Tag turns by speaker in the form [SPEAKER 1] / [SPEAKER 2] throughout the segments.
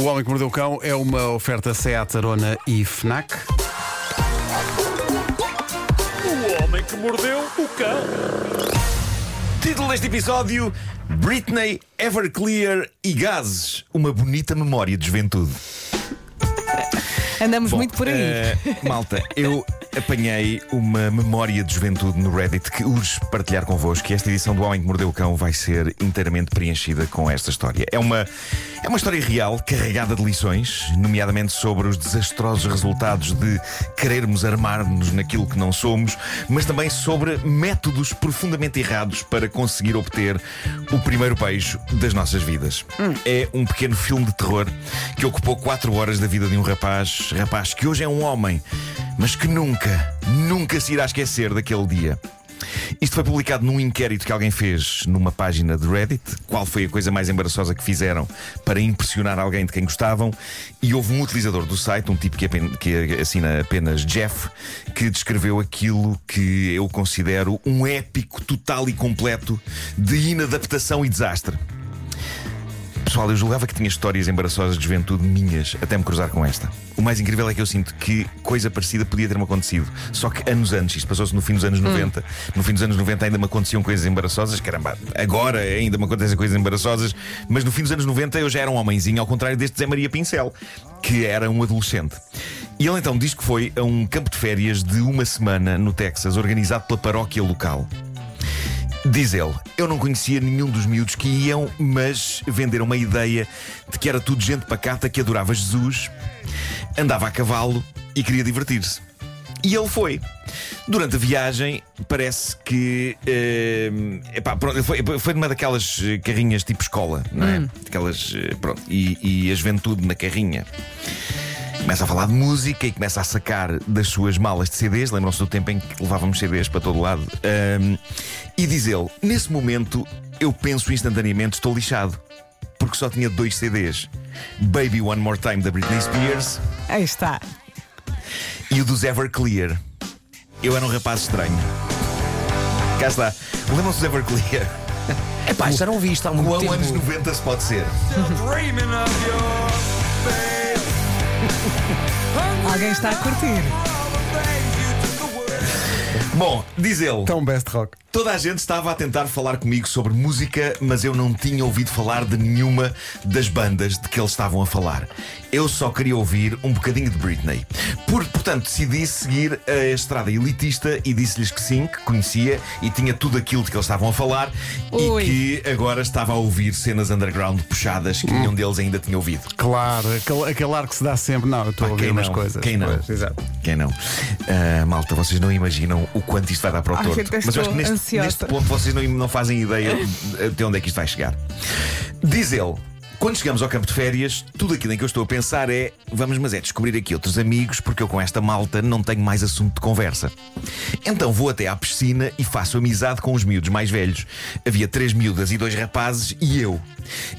[SPEAKER 1] O Homem que Mordeu o Cão é uma oferta Seat Arona e FNAC.
[SPEAKER 2] O homem que mordeu o cão.
[SPEAKER 3] Título deste episódio: Britney, Everclear e Gases. Uma bonita memória de juventude.
[SPEAKER 4] Andamos
[SPEAKER 3] Bom,
[SPEAKER 4] muito por aí.
[SPEAKER 3] eh, malta, eu apanhei uma memória de juventude no Reddit que urge partilhar convosco. E esta edição do Homem que Mordeu o Cão vai ser inteiramente preenchida com esta história. É uma, é uma história real, carregada de lições, nomeadamente sobre os desastrosos resultados de querermos armar-nos naquilo que não somos, mas também sobre métodos profundamente errados para conseguir obter o primeiro beijo das nossas vidas.
[SPEAKER 4] Hum.
[SPEAKER 3] É um pequeno filme de terror que ocupou 4 horas da vida de um rapaz, rapaz que hoje é um homem, mas que nunca, nunca se irá esquecer daquele dia. Isto foi publicado num inquérito que alguém fez numa página de Reddit. Qual foi a coisa mais embaraçosa que fizeram para impressionar alguém de quem gostavam? E houve um utilizador do site, um tipo que, apen- que assina apenas Jeff, que descreveu aquilo que eu considero um épico total e completo de inadaptação e desastre. Pessoal, eu julgava que tinha histórias embaraçosas de juventude minhas, até me cruzar com esta. O mais incrível é que eu sinto que coisa parecida podia ter-me acontecido. Só que anos antes, isto passou-se no fim dos anos 90. No fim dos anos 90 ainda me aconteciam coisas embaraçosas, caramba, agora ainda me acontecem coisas embaraçosas, mas no fim dos anos 90 eu já era um homenzinho, ao contrário deste Zé Maria Pincel, que era um adolescente. E ele então diz que foi a um campo de férias de uma semana no Texas, organizado pela paróquia local. Diz ele, eu não conhecia nenhum dos miúdos que iam, mas venderam uma ideia de que era tudo gente pacata que adorava Jesus, andava a cavalo e queria divertir-se. E ele foi. Durante a viagem, parece que. eh, epá, pronto, ele foi, foi numa daquelas eh, carrinhas tipo escola, não é? Daquelas. eh, Pronto, e, e a juventude na carrinha. Começa a falar de música e começa a sacar das suas malas de CDs. Lembram-se do tempo em que levávamos CDs para todo lado? Ahm, e diz ele: Nesse momento, eu penso instantaneamente, estou lixado. Porque só tinha dois CDs: Baby One More Time da Britney Spears
[SPEAKER 4] Aí está.
[SPEAKER 3] e o dos Everclear. Eu era um rapaz estranho. Cá está. Lembram-se dos Everclear?
[SPEAKER 5] É pá, já não vi isto há
[SPEAKER 4] Um
[SPEAKER 5] muito
[SPEAKER 3] Quão
[SPEAKER 5] tempo.
[SPEAKER 4] tipo.
[SPEAKER 3] anos 90 se pode ser?
[SPEAKER 4] Alguém está a curtir.
[SPEAKER 3] Bom, diz ele.
[SPEAKER 1] Tão best rock.
[SPEAKER 3] Toda a gente estava a tentar falar comigo sobre música, mas eu não tinha ouvido falar de nenhuma das bandas de que eles estavam a falar. Eu só queria ouvir um bocadinho de Britney. Por- portanto, decidi seguir a estrada elitista e disse-lhes que sim, que conhecia e tinha tudo aquilo de que eles estavam a falar
[SPEAKER 4] Ui.
[SPEAKER 3] e que agora estava a ouvir cenas underground puxadas que nenhum deles ainda tinha ouvido.
[SPEAKER 1] Claro, aquele, aquele ar que se dá sempre. Não, eu estou a
[SPEAKER 3] Pá,
[SPEAKER 1] ouvir
[SPEAKER 3] quem
[SPEAKER 1] umas
[SPEAKER 3] não?
[SPEAKER 1] coisas.
[SPEAKER 3] Quem não?
[SPEAKER 1] Pois, exato.
[SPEAKER 3] Quem não? Ah, malta, vocês não imaginam o quanto isto vai dar para o
[SPEAKER 4] Ai,
[SPEAKER 3] torto.
[SPEAKER 4] até
[SPEAKER 3] Mas eu acho que
[SPEAKER 4] estou
[SPEAKER 3] neste,
[SPEAKER 4] ansiosa.
[SPEAKER 3] neste ponto vocês não, não fazem ideia de- de onde é que isto vai chegar. Diz ele. Quando chegamos ao campo de férias, tudo aquilo em que eu estou a pensar é vamos, mas é descobrir aqui outros amigos, porque eu com esta malta não tenho mais assunto de conversa. Então vou até à piscina e faço amizade com os miúdos mais velhos. Havia três miúdas e dois rapazes e eu.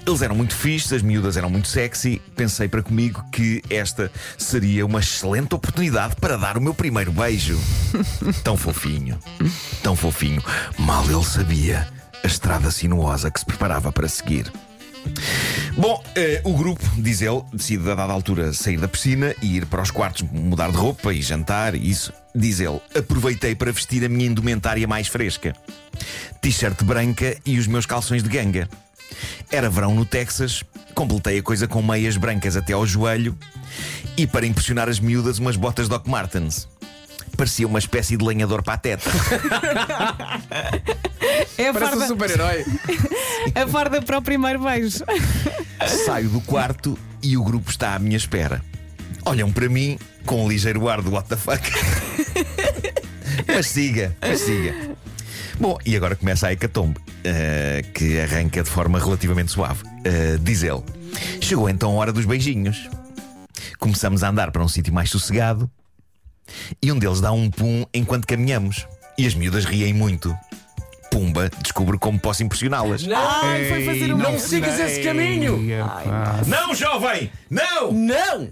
[SPEAKER 3] Eles eram muito fixes, as miúdas eram muito sexy. Pensei para comigo que esta seria uma excelente oportunidade para dar o meu primeiro beijo. Tão fofinho, tão fofinho. Mal ele sabia a estrada sinuosa que se preparava para seguir. Bom, eh, o grupo, diz ele, decide a dada altura sair da piscina e ir para os quartos mudar de roupa e jantar, e isso. Diz ele, aproveitei para vestir a minha indumentária mais fresca: t-shirt branca e os meus calções de ganga. Era verão no Texas, completei a coisa com meias brancas até ao joelho e, para impressionar as miúdas, umas botas Doc Martens. Parecia uma espécie de lenhador pateta.
[SPEAKER 4] É a
[SPEAKER 1] Parece um
[SPEAKER 4] farda,
[SPEAKER 1] super-herói.
[SPEAKER 4] a farda para o primeiro beijo.
[SPEAKER 3] Saio do quarto e o grupo está à minha espera. Olham para mim com um ligeiro ar do what the fuck. mas siga, mas siga. Bom, e agora começa a hecatombe, eh, que arranca de forma relativamente suave. Eh, diz ele: Chegou então a hora dos beijinhos. Começamos a andar para um sítio mais sossegado e um deles dá um pum enquanto caminhamos. E as miúdas riem muito. Pumba, descubro como posso impressioná-las.
[SPEAKER 4] Ai, foi fazer um
[SPEAKER 5] Não sigas esse caminho!
[SPEAKER 1] Ia, pá.
[SPEAKER 3] Não, jovem! Não!
[SPEAKER 5] Não!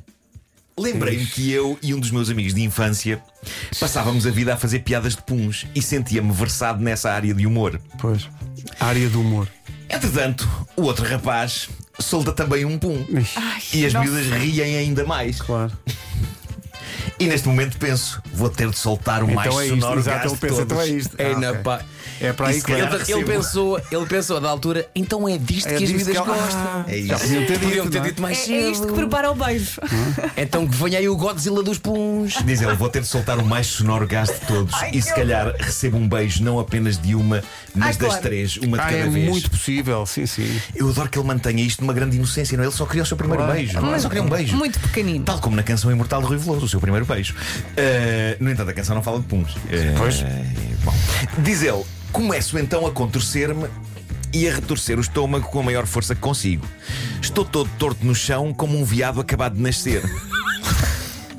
[SPEAKER 3] Lembrei-me que eu e um dos meus amigos de infância passávamos a vida a fazer piadas de puns e sentia-me versado nessa área de humor.
[SPEAKER 1] Pois. Área do humor.
[SPEAKER 3] Entretanto, o outro rapaz solta também um pum.
[SPEAKER 4] Ah.
[SPEAKER 3] e as
[SPEAKER 4] não
[SPEAKER 3] miúdas riem ainda mais.
[SPEAKER 1] Claro.
[SPEAKER 3] E neste momento penso, vou ter de soltar o mais
[SPEAKER 1] então é isto,
[SPEAKER 3] sonoro
[SPEAKER 1] exato,
[SPEAKER 3] gasto
[SPEAKER 1] ele pensa,
[SPEAKER 3] de
[SPEAKER 1] então
[SPEAKER 3] todos.
[SPEAKER 1] é isto.
[SPEAKER 5] Ei,
[SPEAKER 1] Ah,
[SPEAKER 5] na
[SPEAKER 1] ok.
[SPEAKER 5] pá.
[SPEAKER 1] É para aí
[SPEAKER 3] Isso
[SPEAKER 1] que vai.
[SPEAKER 3] calhar-
[SPEAKER 5] Ele, ele pensou, ele pensou da altura, então é disto
[SPEAKER 1] É
[SPEAKER 5] que as
[SPEAKER 1] disto
[SPEAKER 5] vidas
[SPEAKER 1] que ela-
[SPEAKER 5] gostam.
[SPEAKER 1] Ah,
[SPEAKER 3] É
[SPEAKER 1] Já
[SPEAKER 3] isso.
[SPEAKER 1] podiam ter
[SPEAKER 5] Podiam
[SPEAKER 1] dito,
[SPEAKER 5] ter
[SPEAKER 1] não é?
[SPEAKER 5] dito mais
[SPEAKER 4] É, é isto que
[SPEAKER 5] cedo.
[SPEAKER 4] prepara o beijo.
[SPEAKER 5] Então que venha aí o Godzilla dos puns.
[SPEAKER 3] Diz ele, vou ter de soltar o mais sonoro gasto de todos e se calhar recebo um beijo não apenas de uma, mas
[SPEAKER 4] Ai,
[SPEAKER 3] das
[SPEAKER 4] claro.
[SPEAKER 3] três, uma de
[SPEAKER 1] Ah,
[SPEAKER 3] cada
[SPEAKER 1] é
[SPEAKER 3] vez.
[SPEAKER 1] muito possível, sim, sim.
[SPEAKER 3] Eu adoro que ele mantenha isto numa grande inocência, não é? Ele só queria o seu primeiro
[SPEAKER 1] Claro.
[SPEAKER 3] beijo. Ele só queria um beijo. Tá.
[SPEAKER 4] Muito pequenino.
[SPEAKER 3] Tal como na canção Imortal de Rui Veloso, o seu primeiro beijo. Uh, no entanto, a canção não fala de puns. Uh,
[SPEAKER 1] Pois.
[SPEAKER 3] bom. Diz ele: começo então a contorcer-me e a retorcer o estômago com a maior força que consigo. Estou todo torto no chão, como um viado acabado de nascer.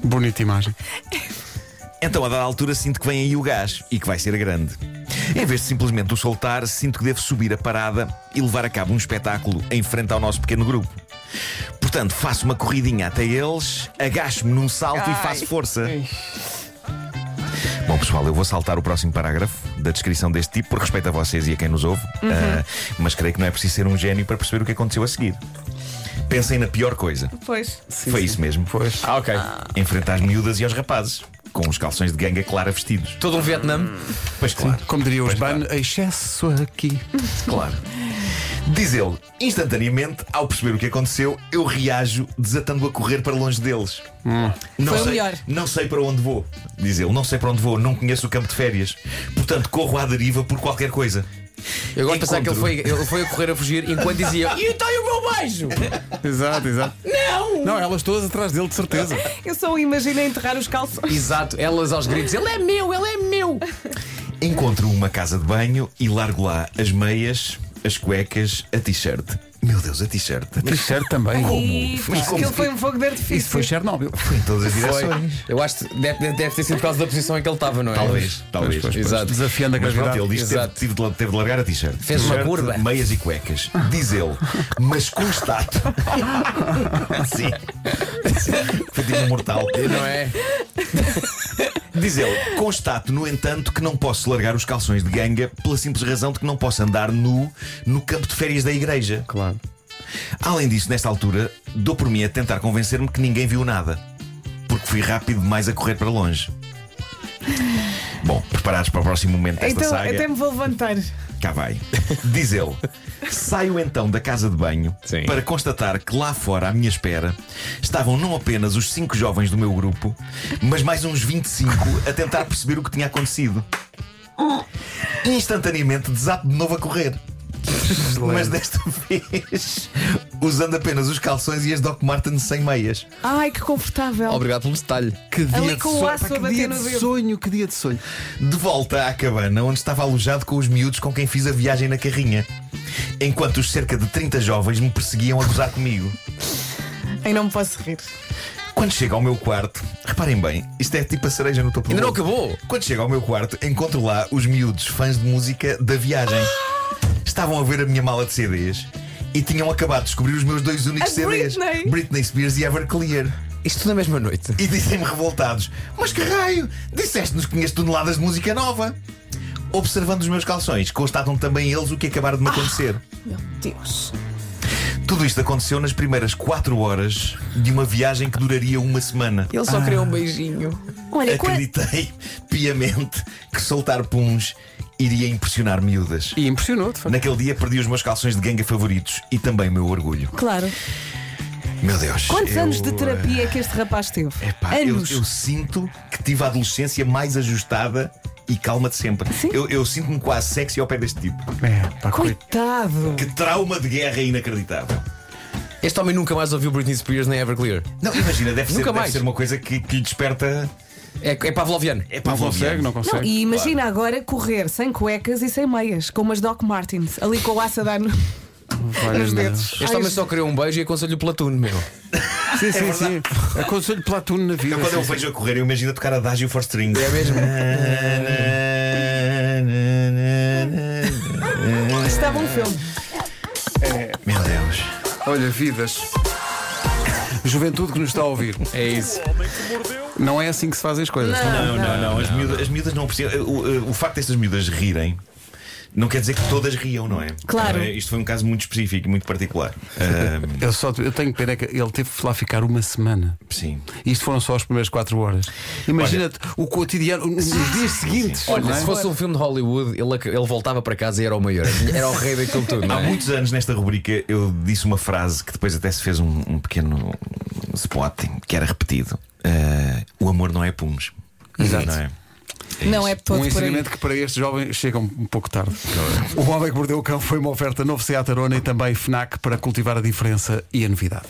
[SPEAKER 1] Bonita imagem.
[SPEAKER 3] Então, a dada altura, sinto que vem aí o gás e que vai ser grande. Em vez de simplesmente o soltar, sinto que devo subir a parada e levar a cabo um espetáculo em frente ao nosso pequeno grupo. Portanto, faço uma corridinha até eles, agacho-me num salto e faço força. Bom, pessoal, eu vou saltar o próximo parágrafo da descrição deste tipo por respeito a vocês e a quem nos ouve, Ah, mas creio que não é preciso ser um gênio para perceber o que aconteceu a seguir. Pensem na pior coisa.
[SPEAKER 4] Pois.
[SPEAKER 3] Foi isso mesmo. Pois.
[SPEAKER 5] Ah, ok.
[SPEAKER 3] Enfrentar as miúdas e aos rapazes, com os calções de ganga clara vestidos.
[SPEAKER 5] Todo um Vietnã.
[SPEAKER 3] Pois claro.
[SPEAKER 1] Como diria o
[SPEAKER 3] Pois
[SPEAKER 1] Osbano, excesso aqui.
[SPEAKER 3] Claro. Diz ele, instantaneamente, ao perceber o que aconteceu, eu reajo desatando a correr para longe deles. Não
[SPEAKER 4] Foi o
[SPEAKER 3] sei,
[SPEAKER 4] melhor.
[SPEAKER 3] Não sei para onde vou, diz ele, não sei para onde vou, não conheço o campo de férias. Portanto, corro à deriva por qualquer coisa.
[SPEAKER 5] Eu gosto de pensar que ele
[SPEAKER 3] Encontro-
[SPEAKER 5] foi, ele foi a correr a fugir enquanto dizia E então e o meu beijo?
[SPEAKER 1] Exato, exato. Não! Não, elas todas atrás dele, de certeza.
[SPEAKER 4] Eu só o imagino a enterrar os calções.
[SPEAKER 5] É, Exato, elas aos gritos Ele é meu, ele é meu
[SPEAKER 3] Encontro uma casa de banho e largo lá as meias, as cuecas, a t-shirt. Meu Deus, a t-shirt. Mas
[SPEAKER 1] T-shirt também.
[SPEAKER 4] E
[SPEAKER 3] Mas como
[SPEAKER 4] aquilo
[SPEAKER 3] que-
[SPEAKER 4] foi um fogo de artifício.
[SPEAKER 1] Isso foi Chernobyl.
[SPEAKER 3] Em todas as
[SPEAKER 5] Foi.
[SPEAKER 3] direções.
[SPEAKER 5] Eu acho que deve, deve ter sido por causa da posição em que ele estava, não é?
[SPEAKER 3] Talvez, talvez.
[SPEAKER 1] Pois, pois, pois.
[SPEAKER 5] Exato.
[SPEAKER 1] Desafiando a
[SPEAKER 3] Mas pronto,
[SPEAKER 1] gravidade.
[SPEAKER 3] ele diz que teve,
[SPEAKER 5] Exato.
[SPEAKER 3] tive de- teve de largar a t-shirt.
[SPEAKER 5] Fez uma
[SPEAKER 3] T-shirt,
[SPEAKER 5] curva.
[SPEAKER 3] Meias e cuecas. Diz ele, mas constato. Sim. Foi tipo um mortal.
[SPEAKER 5] Não é?
[SPEAKER 3] Diz ele, constato, no entanto, que não posso largar os calções de ganga pela simples razão de que não posso andar nu no campo de férias da igreja.
[SPEAKER 1] Claro.
[SPEAKER 3] Além disso, nesta altura, dou por mim a tentar convencer-me que ninguém viu nada, porque fui rápido demais a correr para longe. Bom, preparados para o próximo momento desta
[SPEAKER 4] Então
[SPEAKER 3] saga?
[SPEAKER 4] até me vou levantar.
[SPEAKER 3] Cá vai. Diz ele. Saio então da casa de banho
[SPEAKER 5] Sim.
[SPEAKER 3] para constatar que lá fora, à minha espera, estavam não apenas os cinco jovens do meu grupo, mas mais uns 25 a tentar perceber o que tinha acontecido. Instantaneamente desato de novo a correr. Mas desta vez usando apenas os calções e as Doc Martens sem meias.
[SPEAKER 4] Ai, que confortável.
[SPEAKER 5] Obrigado pelo detalhe.
[SPEAKER 1] Que dia
[SPEAKER 4] Ali
[SPEAKER 1] de
[SPEAKER 4] com o
[SPEAKER 1] sonho.
[SPEAKER 4] aço
[SPEAKER 1] Pá,
[SPEAKER 4] a
[SPEAKER 1] que
[SPEAKER 4] bater
[SPEAKER 1] dia
[SPEAKER 4] no
[SPEAKER 1] de
[SPEAKER 4] dedo.
[SPEAKER 1] sonho, que dia de sonho.
[SPEAKER 3] De volta à cabana, onde estava alojado com os miúdos com quem fiz a viagem na carrinha. Enquanto os cerca de 30 jovens me perseguiam a gozar comigo.
[SPEAKER 4] Ai, não me posso rir.
[SPEAKER 3] Quando chego ao meu quarto, reparem bem, isto é tipo a cereja no topo do
[SPEAKER 5] Ainda não
[SPEAKER 3] bolo.
[SPEAKER 5] acabou.
[SPEAKER 3] Quando chego ao meu quarto, encontro lá os miúdos fãs de música da viagem. Estavam a ver a minha mala de CDs e tinham acabado de descobrir os meus dois únicos
[SPEAKER 4] A
[SPEAKER 3] CDs:
[SPEAKER 4] Britney.
[SPEAKER 3] Spears e Everclear.
[SPEAKER 5] Isto tudo na mesma noite.
[SPEAKER 3] E dizem-me revoltados: Mas que raio! Disseste-nos que tinhas toneladas de música nova! Observando os meus calções, constatam também eles o que acabaram de
[SPEAKER 5] Ah!
[SPEAKER 3] me acontecer.
[SPEAKER 4] Meu Deus.
[SPEAKER 3] Tudo isto aconteceu nas primeiras 4 horas de uma viagem que duraria uma semana.
[SPEAKER 5] Ele só queria um beijinho.
[SPEAKER 4] Ah. Olha, é- quando-
[SPEAKER 3] Acreditei piamente que soltar puns iria impressionar miúdas.
[SPEAKER 1] E impressionou-te. foi.
[SPEAKER 3] Naquele dia perdi os meus calções de ganga favoritos e também o meu orgulho.
[SPEAKER 4] Claro.
[SPEAKER 3] Meu Deus.
[SPEAKER 4] Quantos
[SPEAKER 3] eu,
[SPEAKER 4] anos de terapia é que este rapaz teve?
[SPEAKER 3] Epá, eu,
[SPEAKER 4] anos.
[SPEAKER 3] eu sinto que tive a adolescência mais ajustada e calma de sempre. Eu, eu sinto-me quase sexy ao pé deste tipo.
[SPEAKER 1] É, pá, coitado.
[SPEAKER 4] Coitado.
[SPEAKER 3] Que trauma de guerra inacreditável.
[SPEAKER 5] Este homem nunca mais ouviu Britney Spears nem Everclear.
[SPEAKER 3] Não, imagina, deve, ser,
[SPEAKER 5] Nunca
[SPEAKER 3] deve
[SPEAKER 5] mais.
[SPEAKER 3] ser uma coisa que, que lhe desperta.
[SPEAKER 5] É, é pavloviano.
[SPEAKER 3] É
[SPEAKER 1] Não consegue, não
[SPEAKER 4] Não,
[SPEAKER 1] consegue.
[SPEAKER 4] e imagina agora correr sem cuecas e sem meias, com umas Doc Martins, ali com o aço a dar no-
[SPEAKER 1] Várias
[SPEAKER 4] nos
[SPEAKER 1] merdas.
[SPEAKER 4] dedos.
[SPEAKER 5] Este
[SPEAKER 4] Ai,
[SPEAKER 5] homem só queria um beijo e aconselho o platuno, meu.
[SPEAKER 1] Sim, sim, sim. Aconselho Platuno na vida.
[SPEAKER 3] Eu, É quando eu
[SPEAKER 1] sim,
[SPEAKER 3] vejo a correr, eu imagino a tocar adágio for strings.
[SPEAKER 5] É mesmo?
[SPEAKER 4] Estava um filme.
[SPEAKER 3] Meu Deus.
[SPEAKER 1] sim. Olha, vidas. Juventude que nos está a ouvir.
[SPEAKER 5] É isso.
[SPEAKER 2] O homem que mordeu
[SPEAKER 1] Não é assim que se fazem as coisas.
[SPEAKER 3] eh, Não, não, não. As miúdas, as miúdas não precisam. O, o- o facto destas miúdas rirem Não quer dizer que todas riam, não é?
[SPEAKER 4] Claro.
[SPEAKER 3] Eh, Isto foi um caso muito específico, e muito particular. Ahm,
[SPEAKER 1] Eu, só, eu tenho pena que ele teve lá ficar uma semana.
[SPEAKER 3] sim.
[SPEAKER 1] Isto foram só as primeiras quatro horas. Imagina-te o cotidiano nos dias seguintes.
[SPEAKER 5] Olha,
[SPEAKER 1] não é?
[SPEAKER 5] se fosse um filme de Hollywood, ele, ac- ele voltava para casa e era o maior. Era o rei daquilo tudo, não
[SPEAKER 3] Há
[SPEAKER 5] é?
[SPEAKER 3] muitos anos nesta rubrica eu disse uma frase que depois até se fez um, um pequeno spot que era repetido: Eh, O amor não é pumes. Exato. Não é?
[SPEAKER 4] Não é todo
[SPEAKER 1] um
[SPEAKER 4] por aí.
[SPEAKER 1] ensinamento que para este jovem chega um um pouco tarde.
[SPEAKER 5] é?
[SPEAKER 1] O Homem que Mordeu o Cão foi uma oferta novo Seat Arona e também FNAC para cultivar a diferença e a novidade.